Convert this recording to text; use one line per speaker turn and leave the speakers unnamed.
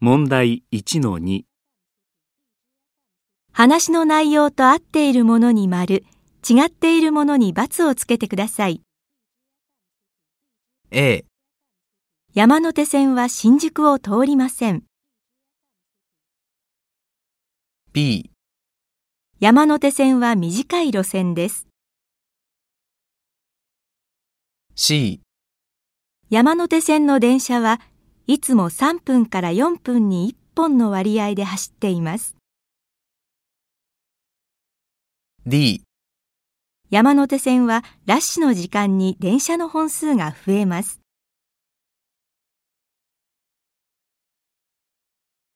問題1の2、
話の内容と合っているものに丸、違っているものに×をつけてください。
A、
山手線は新宿を通りません。
B、
山手線は短い路線です。
C、
山手線の電車はいつも3分から4分に1本の割合で走っています。
D、
山手線はラッシュの時間に電車の本数が増えます。